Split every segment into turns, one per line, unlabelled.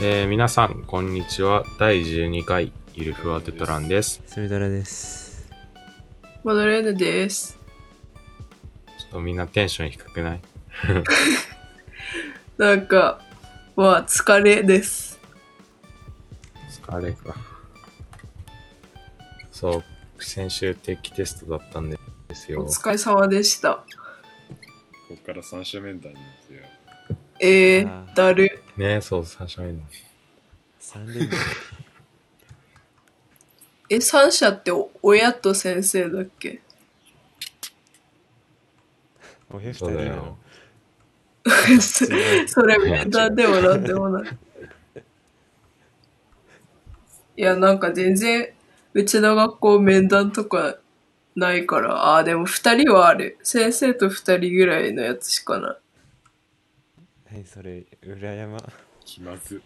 えー皆さん、こんにちは。第12回、イルフアテトランです。
それドラです。
マドレーヌです。
ちょっとみんなテンション低くない
なんか、まあ、疲れです。
疲れか。そう、先週定期テストだったんです
お
よ。
疲れ様でした。
ここから三者面談にっていう。
え
あー
ー、だる。
ねそう、最初目の。
三連打。
え、三者ってお親と先生だっけ
おへふ
そう
た
だ
り
よ
の。。
それ面談でもなんでもない。いや、なんか全然、うちの学校面談とかないから、あーでも二人はある。先生と二人ぐらいのやつしかない。
何それ、裏山。
気まず。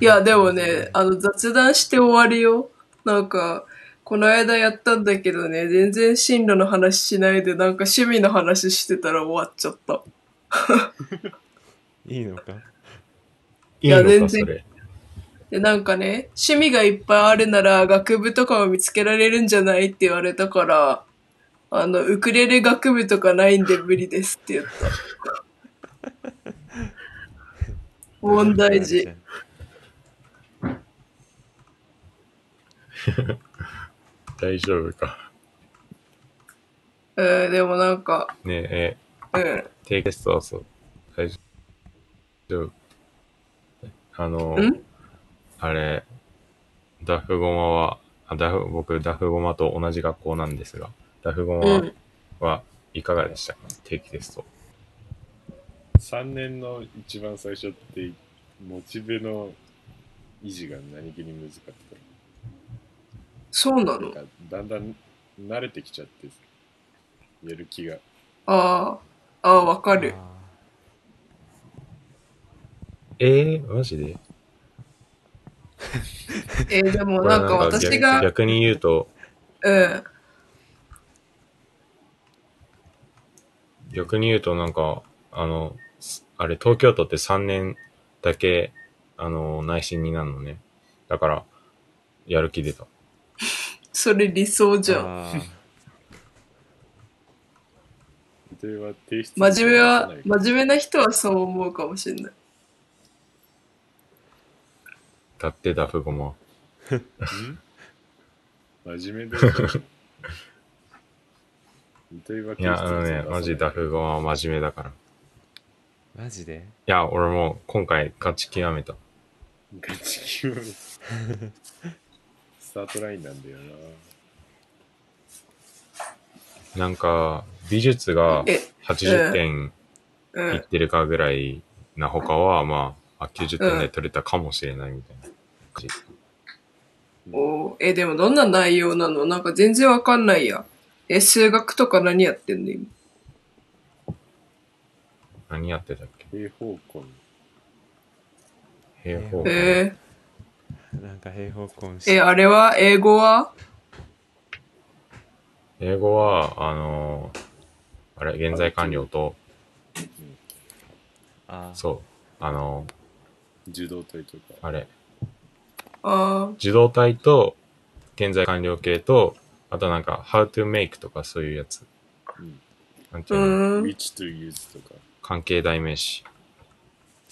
いや、でもね、あの、雑談して終わりよ。なんか、この間やったんだけどね、全然進路の話しないで、なんか趣味の話してたら終わっちゃった。
いいのか
いいの
いや全
か、そ
然
れ。
で、なんかね、趣味がいっぱいあるなら、学部とかを見つけられるんじゃないって言われたから、あの、ウクレレ学部とかないんで無理ですって言った。 問題児。。
大丈夫か。
うん、でもなんか、
ねえ
うん。
ー、定期テストはそう、大丈夫。あの、
ん
あれ、ダフゴマは、あダフ僕、ダフゴマと同じ学校なんですが、ダフゴマは、
うん
はいかがでしたか定期テスト。
三年の一番最初って、モチベの維持が何気に難かった
そうな。の
なんかだんだん慣れてきちゃって、やる気が。
ああ、ああ、わか
あ
る。
えー、マジで
えーでもなんか
これ
私
逆
が、
逆に言うと、
うん。
逆に言うとなんか、あの、すあれ、東京都って3年だけ、あの、内心になるのね。だから、やる気出た。
それ理想じゃん。
あー。
それは提出
真面目は、
ま、
真面目な人はそう思うかもしれない。
だってダフゴマ。
真面目で。糸井はい
や、あのね、マジダ。フゴマは真面目だから。い
マジで
や、俺も今回勝ち極めた。
ガチキュン スタートラインなんだよな。
なんか、美術が
え、
80点
う
いっ
ん。
てるかぐらいな他は、まあ、あ90点で取れたかもしれないみたいな。
おーえ、でもどんな内容なのなんか全然わかんないや。え、数学とか何やってんの今。
何やってたっけ
平方根。
平方根
え
なんか平方根
ー、え、
し
あれは英語は
英語は、あのーあれ、現在完了と、
あー
そう、あの
受動体とか。
ーあれ、
あ
受動体と、現在完了形と、あとなんか、how to make とかそういうやつ。
うん
なんて
あ、う
いうの、
ーん。
which to use とか。
関係代名詞。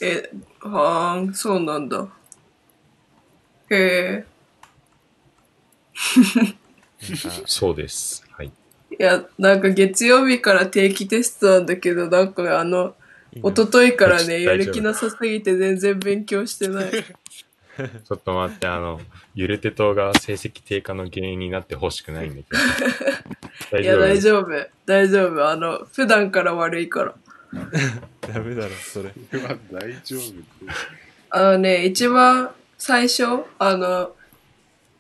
え、はーん、そうなんだ。へ
なんか
そうです。はい。
え。いや、なんか月曜日から定期テストなんだけど、なんかあの、
いいな
一昨日からね、
大丈夫
やる気なさすぎて全然勉強してない。
ちょっと待って、あの、ゆるて党が成績低下の原因になってほしくないんだ けど。
いや、大丈夫。大丈夫。あの、普段から悪いから。
ダメだろ、それ。
これは大丈夫って。
あのね、一番最初、あの、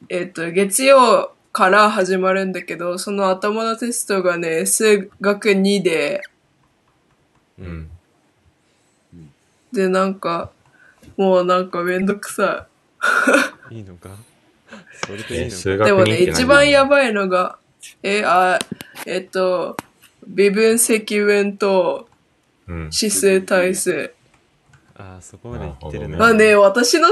えっ、と、月曜から始まるんだけど、その頭のテストがね、数学2で、
う
うん。。
で、なんか、もうなんかめんどくさ
いいのかそれでいい
え、
のか
数
い。で
学
も
に
ね、一番やばいのが、え、あ、えっ、と、微分積分と
うん。
指数対数。
ああ、そこまで言ってる
な
ね。
るほ
あ
ど
ね、私の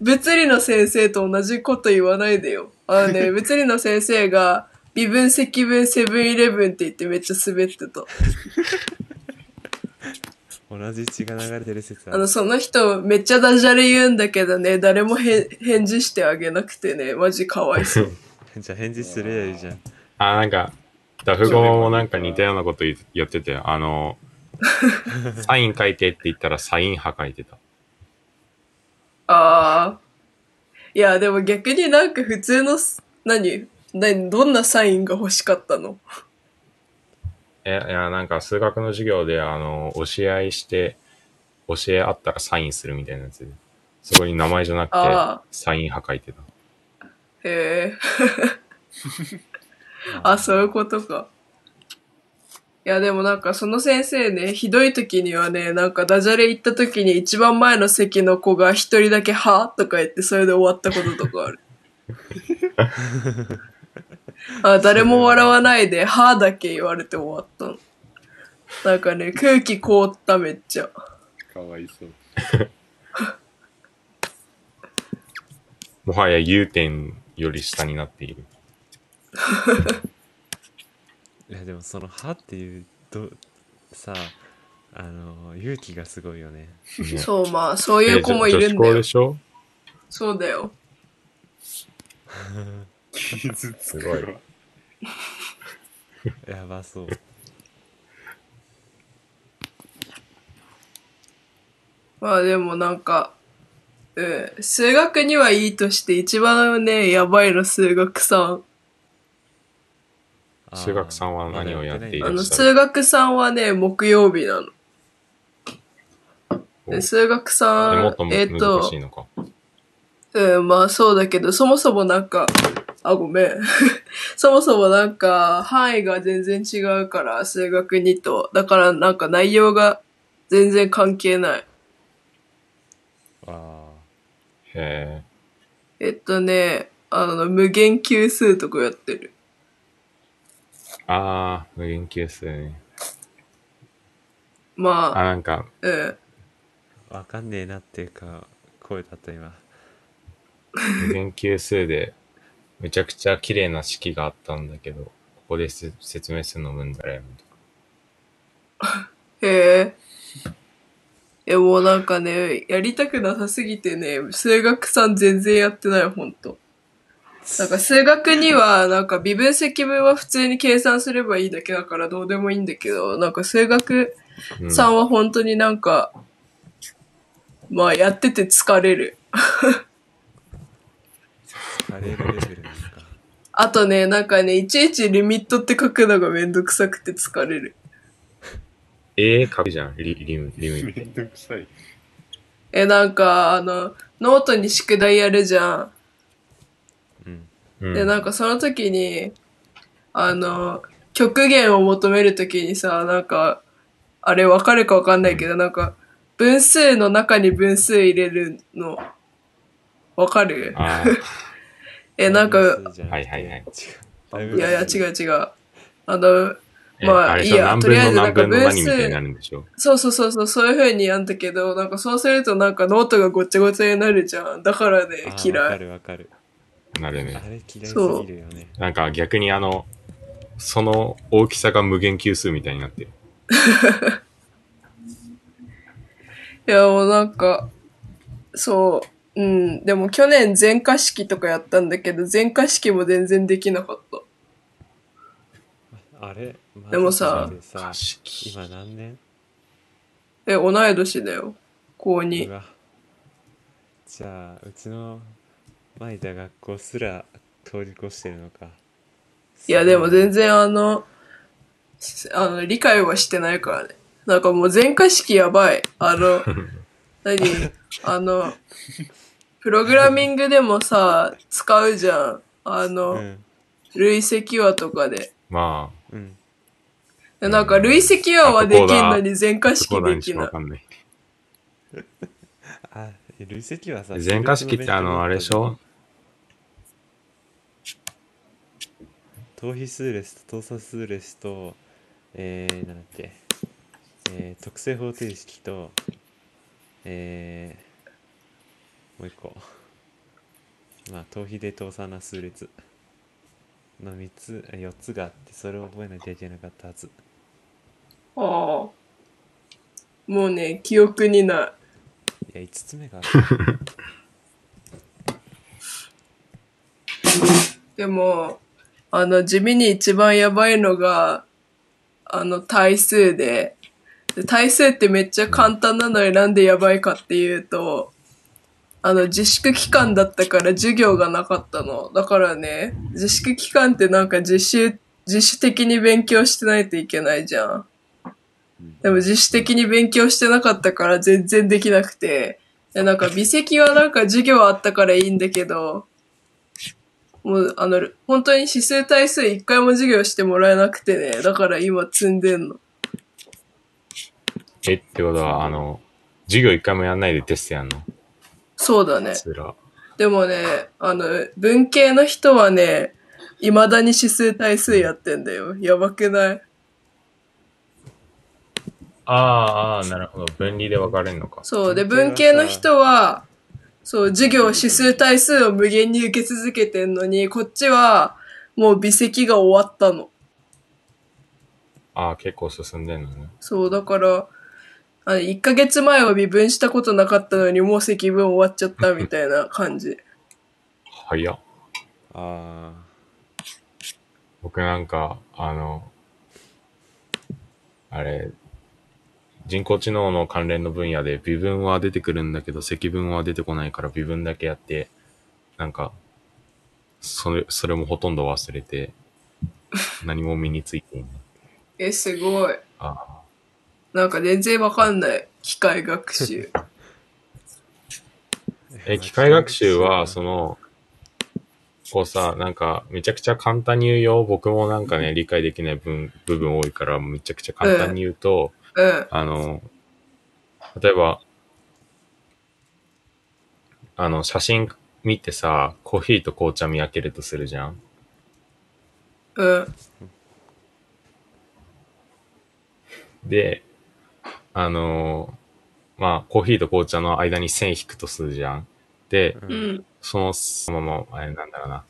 物理の先生と同じこと言わないでよ。あね、物理の先生が微分積分セブンイレブンって言ってめっちゃ滑ってた。
同じ血が流れてる説あ
あ
る
の、その人めっちゃダジャレ言うんだけどね、誰もへ返事してあげなくてね、マジかわいそう。
じゃあ返事するやいいじゃん。
あ、なんか、ダフ語もなんか似たようなこと言言ってて、あの、 サイン書いてって言ったらサイン派書いてた。
ああ。いや、でも逆になんか普通のす、何何どんなサインが欲しかったの
え、いや、なんか数学の授業で、あの、教え合いして、教え合ったらサインするみたいなやつで、そこに名前じゃなく
あ
て、サイン派書いてた。
へえ。 あ、そういうことか。いや、でもなんかその先生ね、ひどい時にはね、なんかダジャレ行った時に一番前の席の子が一人だけはとか言ってそれで終わったことと かある。あ誰も笑わないで、はだけ言われて終わったの。なんかね、空気凍っためっちゃ。
かわいそう。
もはや U 点より下になっている。
いやでもその「は」っていうとさあの勇気がすごいよね
ね
そう、まあ、そうい
え
う子もい
女子
るんだ
校
よ
で。しょ
そうだよ。
傷つく
すご
わ。
やばそう
まあでもなんか、うん、数学にはいいとして一番ね、やばいの数学さ
あー
数学さんは何をやってい
ん。
る
まだ
あの、
やっ
数学さんはね、木曜日なの。で
お
数学さ
えもっ
ん
と、も
えっ、
難
と
しい、のか。
うん、まあそうだけど、そもそもなんか、あ、ごめん。 そもそもなんか、範囲が全然違うから、数学にと。だからなんか内容が全然関係ない。
あ
へ
えっとね、あの、無限級数とかやってる。
え。あー、無限級数ね。あ、
まあ、
なんか、
うん。
ーわかんねえなっていうか声だった 今
無限級数で、めちゃくちゃ綺麗な式があったんだけど、ここです説明するのむんだらやめとか。
へえ。え、もうなんかね、やりたくなさすぎてね、数学さん全然やってない、ほんと。なんか数学には、なんか微分積分は普通に計算すればいいだけだからどうでもいいんだけど、なんか数学
うん
さんは本当になんか、まあやってて疲れる。
カレーのレベルなんか
あとね、なんかね、いちいちリミットって書くのがめんどくさくて疲れる。
ええ書くじゃん、リリム、リム
め。んどくさい。
え、なんか、あの、ノートに宿題やるじゃん。
うん
うん、
で、なんかその時に、あの、極限を求める時にさ、なんか、あれわかるかわかんないけど、なんか、分数の中に分数入れるの、わかる
あ
え、なんか、
ダイブ数じゃくて
はいはいはい
違う
いやいや、
う
違う違う。あの、
ー、
まあ
えーれ
いい
じゃ
や
何
とりあえ
分
ず
の
な
何
んか
分の何み
分数
たいになるんでしょ
そうそうそうそう、そういう風にやんだけど、なんかそうするとなんかノートがごちゃごちゃになるじゃん。だからね
あ、ーわ
嫌
か
い。
るわかる
なる
あ
ね。
れ嫌いす
そう
ぎるよね
なんか逆にあの、その大きさが無限級数みたいになってる。
いや、もうなんか、そう、うん。でも去年全科式とかやったんだけど、全科式も全然できなかった。
あれマジ
でもさ
でさ
式
今何年
え、同い年だよ。高
う
2。
わじゃあうちの前いた学校すら通り越してるのか
いや、でも全然あの、すあの、理解はしてないからね。なんかもう全科式やばい。あ の、何あの、プログラミングでもさ、使うじゃん。あの、
うん
累積和とかで。
まあ、
うん
でなんか累積和はできんのに全科
そ
式
こら
で
にし
き
か
な
わ
い
か。んない。
あ、累積はさ、
全科式ってあの、あれでしょ
等比数列と等差数列と、えー、なんだっけ、えー、特性方程式と、えー、もう一個。まあ、頭皮で倒産な数列の3つ、あ4つがあって、それを覚えなきゃいけなかったはず。
ああ。もうね、記憶にない。
いや、5つ 目がある。
でも、あの、地味に一番やばいのが、あの、対数で、で対数ってめっちゃ簡単なのになんでやばいかっていうと、あの、自粛期間だったから授業がなかったの。だからね、自粛期間ってなんか自習、自主的に勉強してないといけないじゃん。でも自主的に勉強してなかったから全然できなくて、でなんか、美席はなんか授業あったからいいんだけど、もう、あの、本当に指数対数一回も授業してもらえなくてね、だから今積んでんの。
え、ってことは、あの、授業一回もやんないでテストやんの
そうだね。
つら。
でもね、あの、文系の人はね、未だに指数対数やってんだよ。やばくない
ああ、ああ、なるほど。分離で分かれるのか。
そう。で、文
文
系
系
の
の
人
人
は、そう、授業指数対数を無限に受け続けてんのに、こっちは、もう微積が終わったの。
ああ、結構進んでんのね。
そう、だから、あの、1ヶ月前は微分したことなかったのに、もう積分終わっちゃったみたいな感じ。
早っ。
あ
僕なんか、あの、あれ、人工知能の関連の分野で微分は出てくるんだけど、積分は出てこないから微分だけやって、なんか、それ、それもほとんど忘れて、何も身についていない。
え、すごい。
あ
なんか全然わかんない。機械 学習。
ー
え、機械学習は、そ
の、
の、こうさ、なんか、めちゃくちゃ簡単に言うよ。僕もなんかね、理解できない分部分多いから、めちゃくちゃ簡単に言うと、
うん。
あの、例えば、あの、写真見てさ、コーヒーと紅茶見分けるとするじゃん。
うん。
で、あの、まあ、コーヒーと紅茶の間に線引くとするじゃん。で、
う、
うんん。
その、そのまま、あれなんだろうな。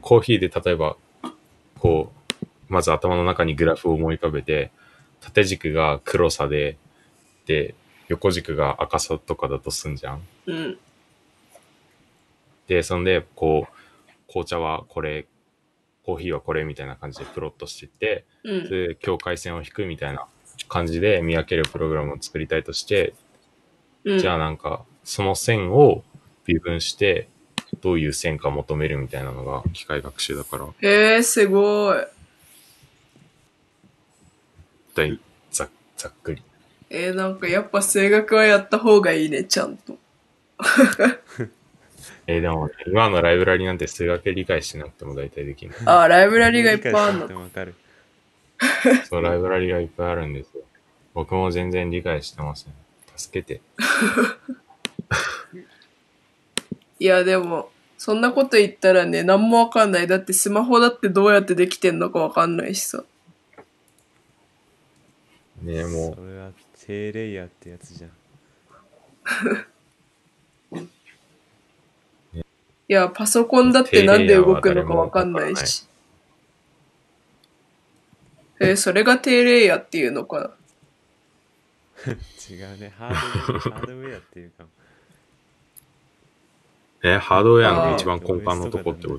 コーヒーで例えば、こう、まず頭の中にグラフを思い浮かべて、縦軸が黒さで、で、横軸が赤さとかだとすんじゃん。
うん。
で、そんで、こう、紅茶はこれ、コーヒーはこれみたいな感じでプロットしていって、
うん。
で、境界線を引くみたいな感じで見分けるプログラムを作りたいとして、
うん。
じゃあなんか、その線を微分して、どういう線か求めるみたいなのが機械学習だから、
へえ、すごい。
だいざざっくり。
えーなんかやっぱ数学はやった方がいいね、ちゃんと。
えーでも、今のライブラリなんて数学理解しなくても大体でき る。
あー、ライブラリがいっぱいある
る
の
の。
か。
わかる。
そう、ライブラリがいっぱいあるんですよ。僕も全然理解してません。助けて。
いや、でも、そんなこと言ったらね、なんもわかんない。だってスマホだってどうやってできてんのかわかんないしさ。
ねえもう
そ。れは低レイヤーってやつじゃん。
いや、パソコンだってなんで動くのかわかんないし。えーそれが低レイヤーっていうのかな。
違うね。ハ ードウェアハードウェアっていうかも。
え、ハードウェア
あ
の
ー
一番根幹のとこってこと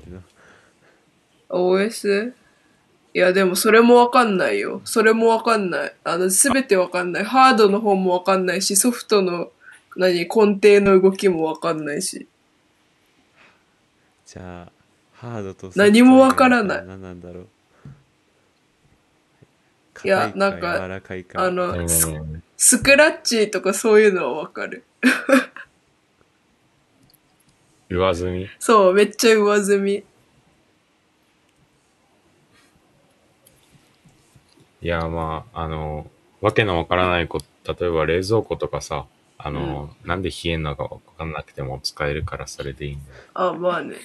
と
OS? いや、でもそれもわかんないよ。それもわかんない。あの、すべてわかんない。ハードの方もわかんないし、ソフトの、何、根底の動きもわかんないし。
じゃあ、ハードと
何もわからない
何なんだろう。
いや
硬か
なんか
柔らかいか。
あ
何
の、ス
々々
スクラッチとかそういうのはわかる。
上積み
そう、めっちゃ上積み。
いや、まあ、あの、わけのわからないこと、例えば冷蔵庫とかさ、あの、なんで冷えんのかわかんなくても使えるからそれでいいんだよ。
あ、まあね。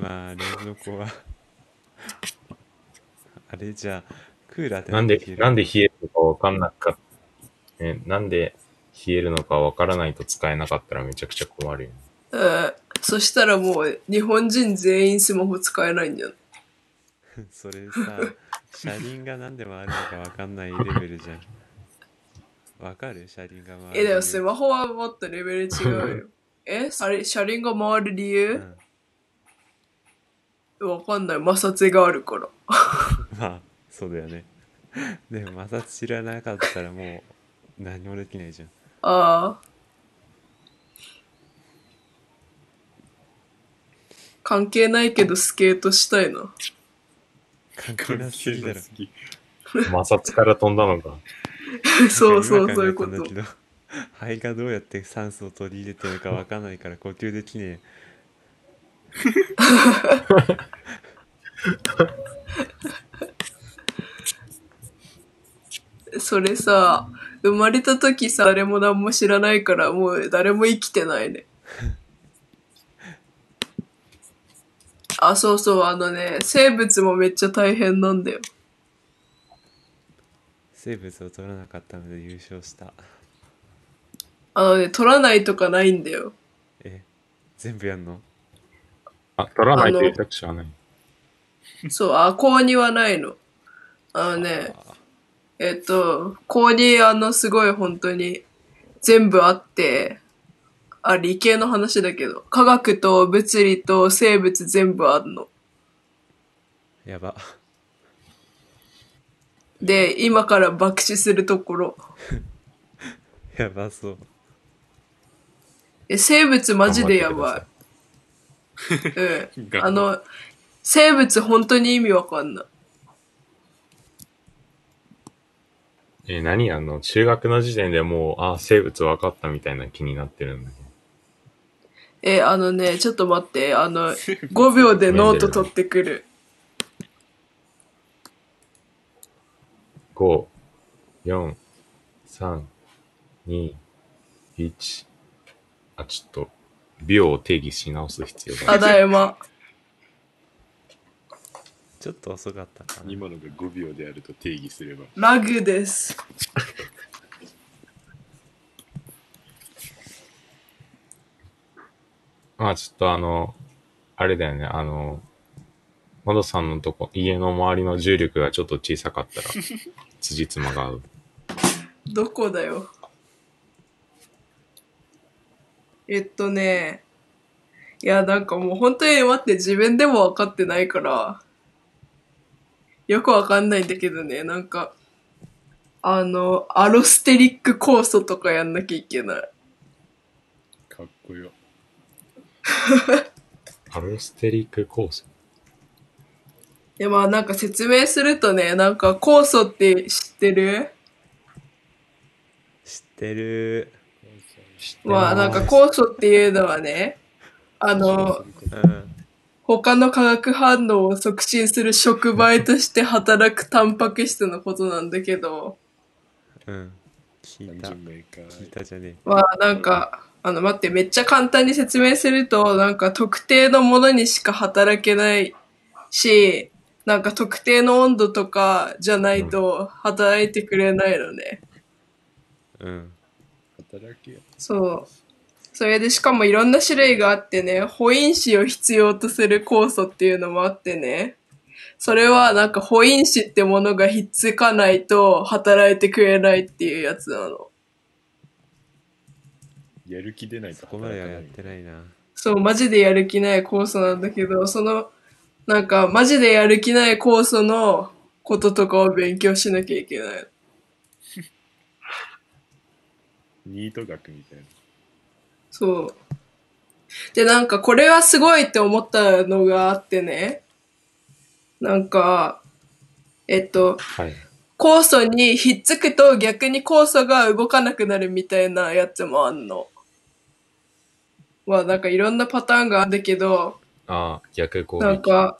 まあ、冷蔵庫は。あれじゃあ、クーラーって
なんで、なん
で
で冷えるのかわかんなかっね、なんで冷えるのかわからないと使えなかったらめちゃくちゃ困るよね。
うんそしたらもう日本人全員スマホ使えないんじゃない
それさ、車輪が何で回るのか分かんないレベルじゃん。分かる車輪が回る理由。
え、でもスマホはもっとレベル違うよ。えあれ、車輪が回る理
う
由
ん
わかんない。摩擦があるから。
まあ、そうだよね。でも摩擦知らなかったらもう何もできないじゃん。
ああ。関係ないけどスケートしたいな。
関係なすぎだろ。
き。
摩擦から飛んだのか。
そうそう、
なん
そ
か
うい
今考
うこ
えたんだけ。
と
ど。肺がどうやって酸素を取り入れてるか分かんないから呼吸できね
それさ、生まれた時さ、誰も何も知らないから、もう誰も生きてない ね。あ、そうそう、あのね、生物もめっちゃ大変なんだよ。
え。生物を取らなかったので優勝した。
あのね、取らないとかないんだよ。
え、全部やんの
あ、取らないという選択肢はない。
そう、あ、高2はないの。あのね、
あ
えっと、高2、あの、すごい本当に、全部あって、あ、理系の話だけど、科学と物理と生物全部あんの。
やば。
で、今から爆死するところ。
やばそう。
え、生物マジでやばい。うん。あの、生物本当に意味わかんない。
えー何あの、中学の時点でもう、あー、生物分かったみたいな気になってるんだけど。
え、あのね、ちょっと待って、あ の、5秒でノート取ってくる。
5、4、3、2、1。あ、ちょっと、秒を定義し直す必要があ
た
る。
だいま。
ちょっと遅かったかな。
今のが5秒であると定義すれば。
ラグです。
まあ、ちょっとあの、あれだよね、あの、まどさんのとこ、家の周りの重力がちょっと小さかったら、 辻褄が合う。
どこだよ。えっとね、いや、なんかもう本当に待って、自分でも分かってないから、よく分かんないんだけどね、なんか、あの、アロステリック酵素とかやんなきゃいけない。
かっこよ。
アロステリック構成。
で、まあなんか説明するとね、なんか酵素って知ってる
知ってる。
まあなんか酵素っていうのはね、あの、
うん。
他の化学反応を促進する触媒として働くタンパク質のことなんだけど、
うん。聞い
単
た。
純明快。
聞いたじゃね
まあなんか、あの待って、めっちゃ簡単に説明すると、なんか特定のものにしか働けないし、なんか特定の温度とかじゃないと働いてくれないのね。
え。うん。
働けよ。
そう。それでしかもいろんな種類があってね、保因子を必要とする酵素っていうのもあってね、それはなんか保因子ってものがひっつかないと働いてくれないっていうやつなの。
やる気出ないと
そこまではやっ
働か
てないな。
そう、マジでやる気ない酵素なんだけど、その、なんかマジでやる気ない酵素のこととかを勉強しなきゃいけない。
ニート学みたいな。
そう。で、なんかこれはすごいって思ったのがあってね、なんか、えっと、
はい。
酵素にひっつくと逆に酵素が動かなくなるみたいなやつもあんの。まあなんかいろんなパターンがあるんだけど、
ああ、逆攻撃。
なんか、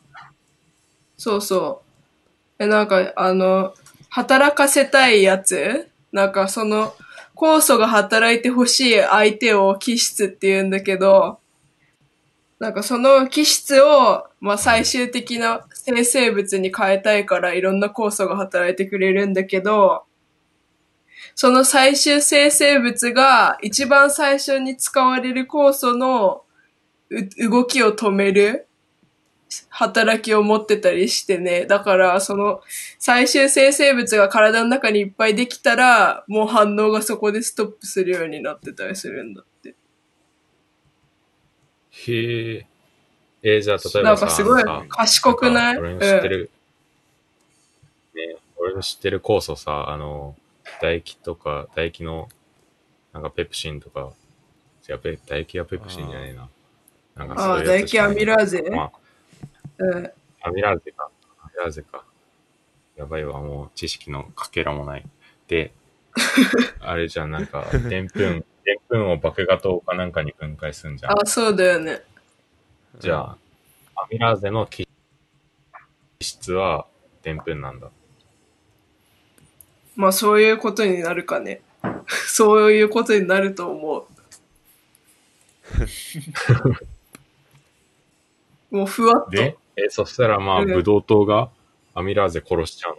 そうそう。え、なんかあの、働かせたいやつなんかその、酵素が働いてほしい相手を気質って言うんだけど、なんかその気質を、まあ、最終的な生成物に変えたいからいろんな酵素が働いてくれるんだけど、その最終生成物が一番最初に使われる酵素のう動きを止める働きを持ってたりしてね。だから、その最終生成物が体の中にいっぱいできたら、もう反応がそこでストップするようになってたりするんだって。
へえ。えーじゃあ、例え
な
ば
ん
さ、
かすごい
あのさ
賢くない
んか俺の知ってる、ね、俺の知ってる酵素さ、あの、唾液とか、唾液の、なんかペプシンとか、いやペ唾液はペプシンじゃねえな。なんかそういうやつしか
あー唾液アミラーゼ
ま
うん。
あ、アミラーゼか。アミラーゼか。やばいわ、もう知識のかけらもない。 で、あれじゃん、なんか、でんぷん、でんぷんを麦芽糖かなんかに分解するんじゃん。
あ、そうだよね。
じゃあ、アミラーゼの基質は、でんぷんなんだ。
まあそういうことになるかね。 そういうことになると思 う。もうふわっと。い
で、え、そしたらまあ、
うん
ブドウ糖がアミラーゼ殺しちゃう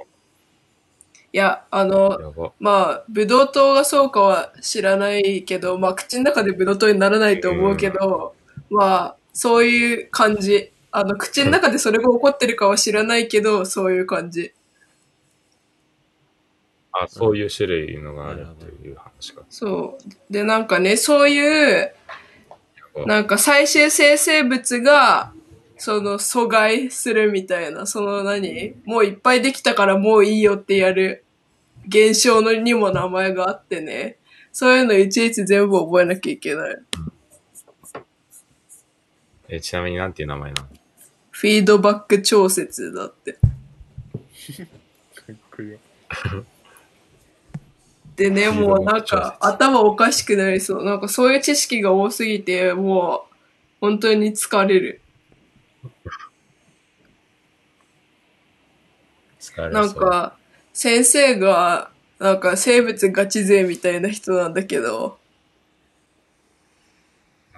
や、あの、
の。やば。
まあ、ブドウ糖がそうかは知らないけど、まあ口の中でブドウ糖にならないと思うけど、まあ、そういう感じ。あの、口の中でそれが起こってるかは知らないけど、そういう感じ。
あ、そういう種類のがあるという話か。
そう。で、なんかね、そういう、
ば
なんか最終生成物が、その、阻害するみたいな、その何もういっぱいできたからもういいよってやる現象のにも名前があってね。そういうのいちいち全部覚えなきゃいけない。
え、ちなみになんていう名前なの
フィードバック調節だって。
かっこいいよ。
でね、
フィード
も
バッ
う
ク
なん
調節
か頭おかしくなりそう。なんかそういう知識が多すぎて、もう本当に疲れる。
使える
なん、か、先生が、なんか生物ガチ勢みたいな人なんだけど、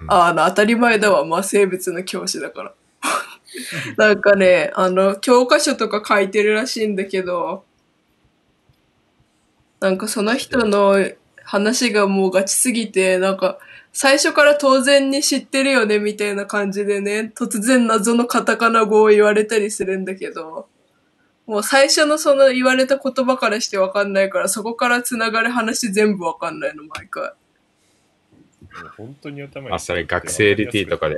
うん
ああの、当たり前だわ。まあ、生物の教師 だから。なんかね、あの、教科書とか書いてるらしいんだけど、なんかその人の話がもうガチすぎて、なんか、最初から当然に知ってるよね、みたいな感じでね、突然謎のカタカナ語を言われたりするんだけど、もう最初のその言われた言葉からしてわかんないから、そこから繋がる話全部わかんないの、毎回。
もう本当に頭
あそれ学生 LT とかで。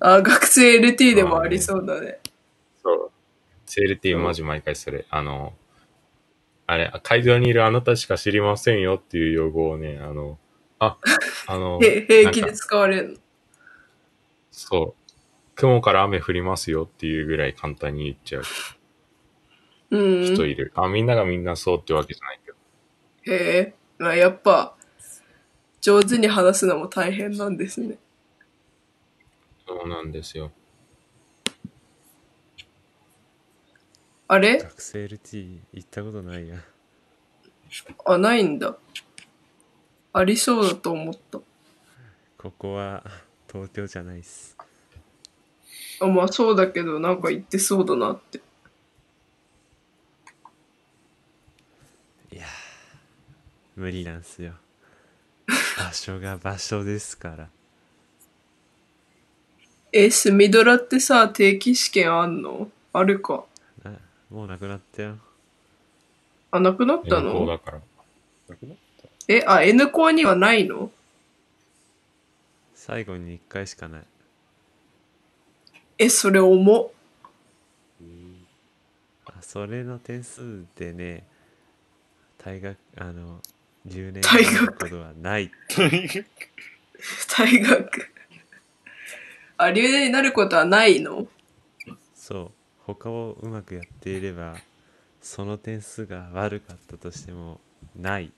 あ、学生 LT でもありそうだね。、
そう。セールティーマジ毎回それ。あの、あれ、会場にいるあなたしか知りませんよっていう用語をね、あの、あ、あの
へ平気
なん
で
か
使われるの。
そう。雲から雨降りますよっていうぐらい簡単に言っちゃう
う
人
ん。
いる。あ、みんながみんなそうってわけじゃないけど。
へえ。まあ、やっぱ、上手に話すのも大変なんですね。
そうなんですよ。
あれ
学生 LT 行ったことないや。
あ、ないんだ。ありそうだと思った。
ここは東京じゃないっす。
あ、まあそうだけど、なんか言ってそうだなって。
いやー、無理な んすよ。場所が場所ですから。
え、スミドラってさ、定期試験あんのあるか。
あもうなくなったよ。
あ、なくなっ
遠
た
方
の
だから。
なくなった
え、あ、N 校にはないの
最後に1回しかない。
え、それ重っ。
あそれの点数でね、大学、あの、留年
退学
になることはない。
大学。あ、留年になることはないの
そう。他をうまくやっていれば、その点数が悪かったとしても、ない。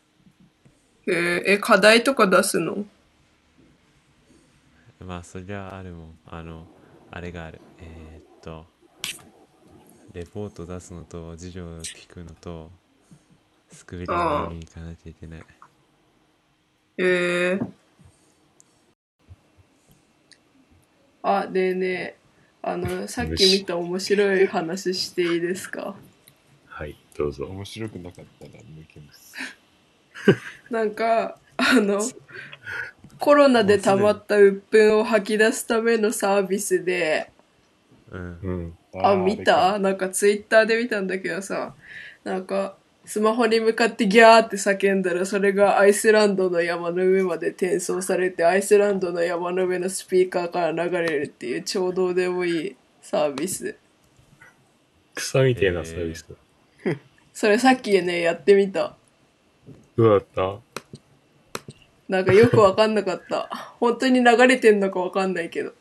へええ、課題とか出すの
まあそりゃあるもんあのあれがあるえーっとレポート出すのと授業を聞くのとスクリーンの方に行かなきゃいけない
へえあ、でね、あの、さっき見た面白い話していいですか
はい、どうぞ。
面白くなかったら抜けます。
なんか、あの、コロナで溜まった鬱憤を吐き出すためのサービスで、
うん。
うん。
あ、
ー
見たなんかツイッターで見たんだけどさ、なんか、スマホに向かってギャーって叫んだら、それがアイスランドの山の上まで転送されて、アイスランドの山の上のスピーカーから流れるっていう、ちょうどでもいいサービス。
草みてえなサービス。
それさっきね、やってみた。
どうだっ
なんかよくわかんなかった。本当に流れてんのかわかんないけど。
た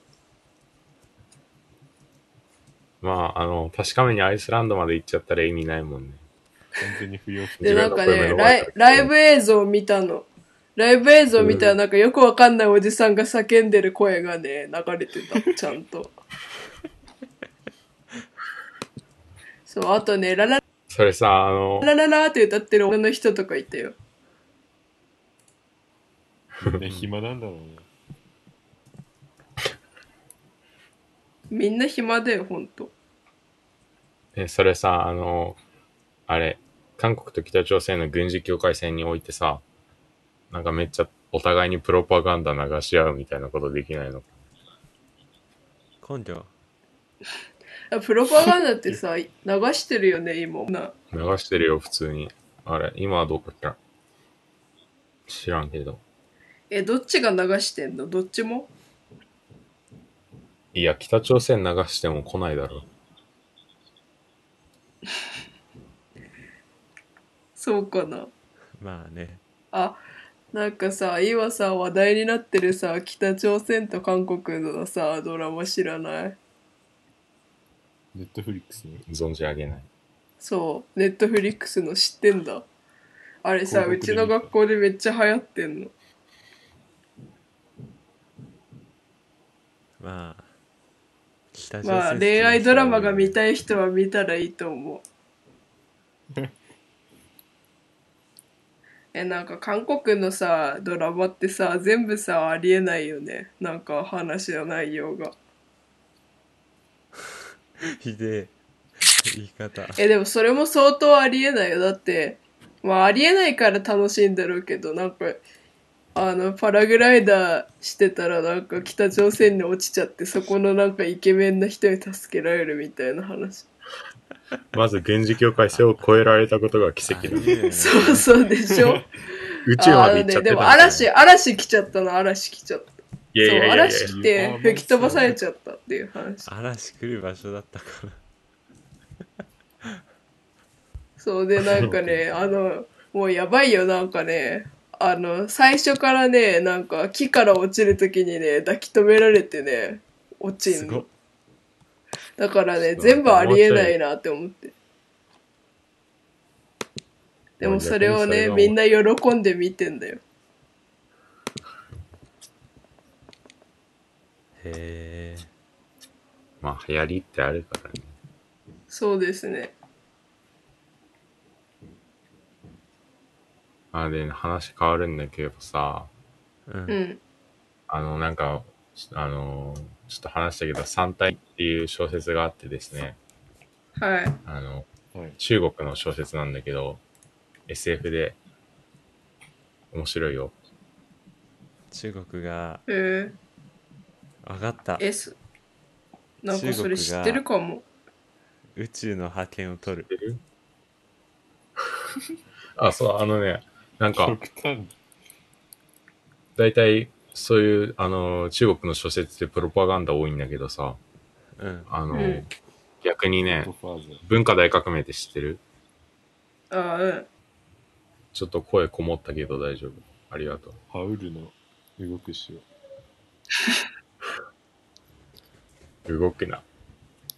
まあ、あの、確かめにアイスランドまで行っちゃったら意味ないもんね。
完全に不要不
で、
自分
な
急。
ん
の
か
声
ね、
の
ライ
前から
ライブ映像を見たの。ライブ映像を見たらなんかよくわかんないおじさんが叫んでる声がね、流れてた、ちゃ んと。そう、あとね、ララ
それさ、あの、
ラララって歌ってる女の人とかいたよ。
みんな暇なんだろうね。
みんな暇だよ、ほんと。
え、それさ、あの、あれ、韓国と北朝鮮の軍事境界線においてさ、なんかめっちゃお互いにプロパガンダ流し合うみたいなことできないの
根性。
プロパガンダって さ、流してるよね、今。な
流してるよ、普通に。あれ、今はどうかった知らんけど。
え、どっちが流してんのどっちも
いや、北朝鮮流しても来ないだろう。
そうかな。
まあね。
あなんかさ今さ話題になってるさ北朝鮮と韓国のさドラマ知らない
ネットフリックスね。
存じ上げない。
そうネットフリックスの知ってんだあれさう
広告
ち
で
の学校でめっちゃ流行ってんの
まあ。北
まあ恋愛ドラマが見
い。
たい人は見たらいいと思う えなんか韓国のさドラマってさ全部さありえないよねなんか話の内容が
ひでえ。言い方。
えでもそれも相当ありえないよだってまあありえないから楽しいんだろうけどなんかあのパラグライダーしてたらなんか北朝鮮に落ちちゃってそこのなんかイケメンな人に助けられるみたいな話
まず軍事境界線を越えられたことが奇跡だ。
そ
そうそうでしょ
宇宙
あ
ま
あ
で
の
行っちゃっ
ね
て
でも
たんだよ。
嵐嵐来ちゃったの嵐来ちゃった
いやいやいやいや
そう嵐来て吹き飛ばされちゃったっていう話
嵐来る場所だった から。
そうでなんかねあのもうやばいよなんかねあの最初からねなんか木から落ちる時にね抱き止められてね落ち
す
ん
ごっ
の。だからね
そう
全部ありえないなって思ってでもそれをねみんな喜んで見てんだよ
へえ。
まあ、流行りってあるからね。
そうですね
あで、話変わるんだけどさ、
う。
うんん
あの、なんか、ちあの、ちょっと話したけど、三体っていう小説があってですね、
はい
あの、
はい。
中国の小説なんだけど、SF で、面白いよ。
中国が、
え
わかった
ー、。S なんかそれ知ってるかも
宇宙の覇権を取る。
知ってるあ、そう、あのね、なんか、
極端。
大体、そういう、あの、中国の小説ってプロパガンダ多いんだけどさ、
うん。
あの、
うん
逆にね
ゴッド、ファーザー
文化大革命って知ってる
ああうん
ちょっと声こもったけど大丈夫。ありがとう。
ハウルの動く城。
動くな。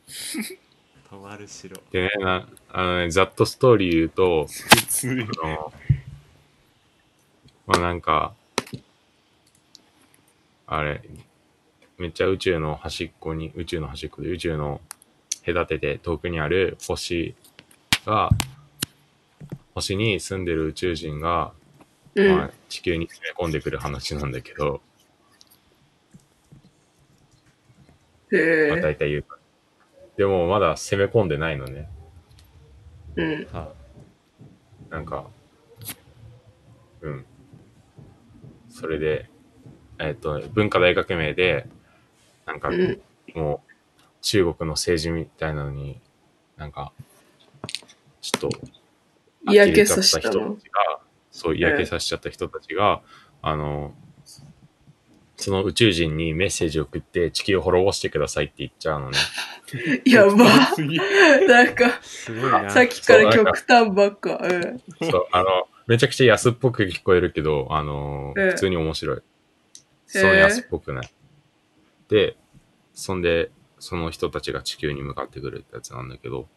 止まる城。
でね、なあのね、ざっとストーリー言うと、
普通に。
あの、まあなんか、あれ、めっちゃ宇宙の端っこに、宇宙の端っこで、宇宙の隔てて遠くにある星が、星に住んでる宇宙人が、
うん、
まあ、地球に攻め込んでくる話なんだけど、
へ
まあ
え、
大体言うから。でもまだ攻め込んでないのね。
うん、
は
なんか、うん。それで、えっ、と、文化大学名で、なんか、
うん
もう、中国の政治みたいなのに、なんか、ちょっと、
嫌気
呆れちゃ
さ
っ
せた
人
の
た。ちが、そう、嫌気させちゃった人たちが、あの、その宇宙人にメッセージを送って地球を滅ぼしてくださいって言っちゃうのね。
やば。
すげ え
なんか、
すごいな。
さっきから極端ばっか。うん。
そう、あの、めちゃくちゃ安っぽく聞こえるけど、あのー
ええ
普通に面白い。
ええ
そう安っぽくない。で、そんで、その人たちが地球に向かってくるってやつなんだけど、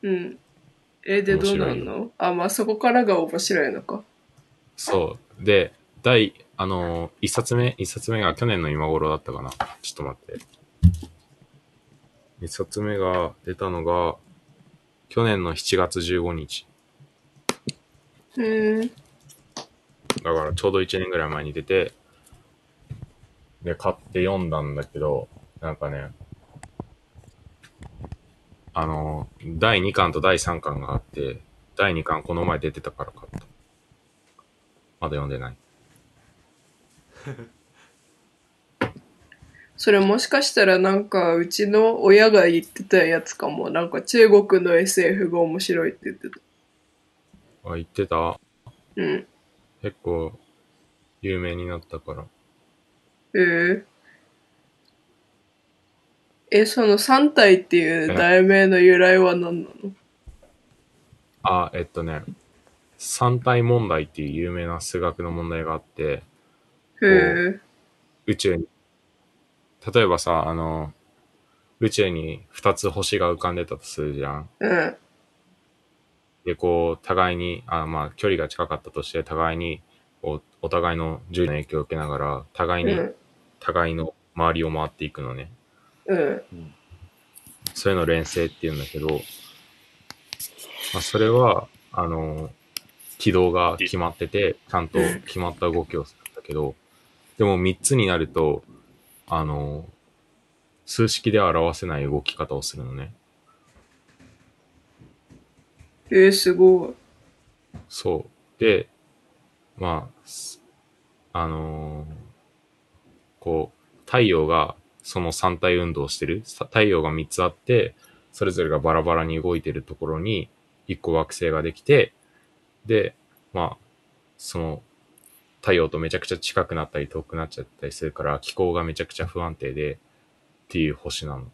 うん。え、で、どうなん
面白
のあ、まあ、そこからが面白いのか。
そう。で、第、あのー一冊目、一冊目が去年の今頃だったかな。ちょっと待って。一冊目が出たのが、去年の7月15日。
うん。
だからちょうど1年ぐらい前に出て、で、買って読んだんだけど、なんかね、あの、第2巻と第3巻があって、第2巻この前出てたから買った。まだ読んでない。
それもしかしたらなんか、うちの親が言ってたやつかも。なんか、中国の SF が面白いって言ってた。
あ、言ってた
うん。
結構、有名になったから。
えーえ、その三体っていう題名の由来は何なの
あ、えっとね、三体問題っていう有名な数学の問題があって、
へえ。
宇宙に、例えばさ、あの、宇宙に二つ星が浮かんでたとするじゃん。
うん。
で、こう、互いに、あまあ、距離が近かったとして、互いに、おお互いの重力の影響を受けながら、互いうに、
ん。
互いの周りを回っていくのね。
うん。
そういうの連星って言うんだけど、まあ、それは、あの、軌道が決まってて、ちゃんと決まった動きをするんだけど、でも3つになると、あの、数式では表せない動き方をするのね。
えー、すごい。
そう。で、まあ、すあのーこう、太陽がその三体運動をしてる。さ太陽が3つあって、それぞれがバラバラに動いてるところに、1個惑星ができて、で、まあ、その、太陽とめちゃくちゃ近くなったり遠くなっちゃったりするから、気候がめちゃくちゃ不安定で、っていう星なの。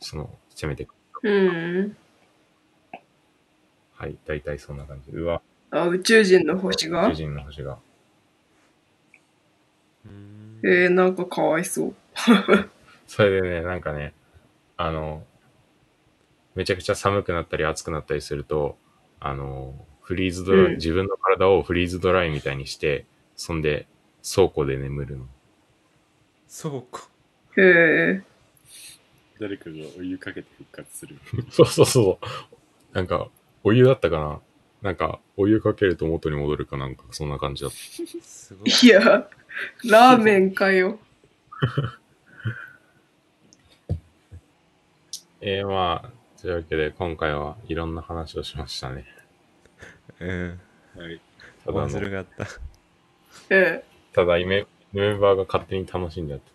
その、せめて、
うん。
はい、大体そんな感じ。うわ、
あ、宇宙人の星が
宇宙人の星が。
うーん
えー、なんかかわいそう。
それでね、なんかね、あの、めちゃくちゃ寒くなったり暑くなったりすると、あの、フリーズドライ、
うん
自分の体をフリーズドライみたいにして、そんで倉庫で眠るの。
そうか。
へえ。
誰かがお湯かけて復活する。
そうそうそう。なんか、お湯だったかななんか、お湯かけると元に戻るかなんか、そんな感じだった。
すごい。
いや、ラーメンかよ。
えー、まあ、というわけで今回はいろんな話をしましたね。
うん。
はい。
ただ
面
あ
白
の、
かった。
え
ただイメ、メンバーが勝手に楽しんじゃって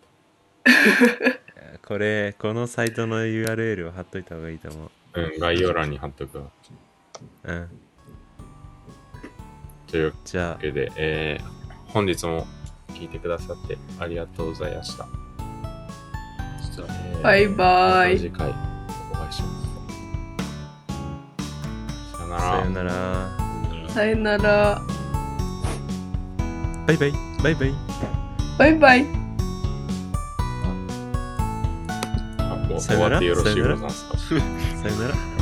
これ、このサイトの URL を貼っといた方がいいと思う。
た。うん、概要欄に貼っとくわ。
うん。
という
じゃ
というわけで、えー本日も聞いてくださってありがとうございました。
じゃあ
えー
えバイバ
また
ーイ。
次回お会いします。さよなら。
あ、さよなら。
さよなら。
バイバイ。バイバイ。
バイバイ。
あもう
さ
終
よな
わ
ら
ってよろしい
さ
ござ
よないら
ますか。
さよなら。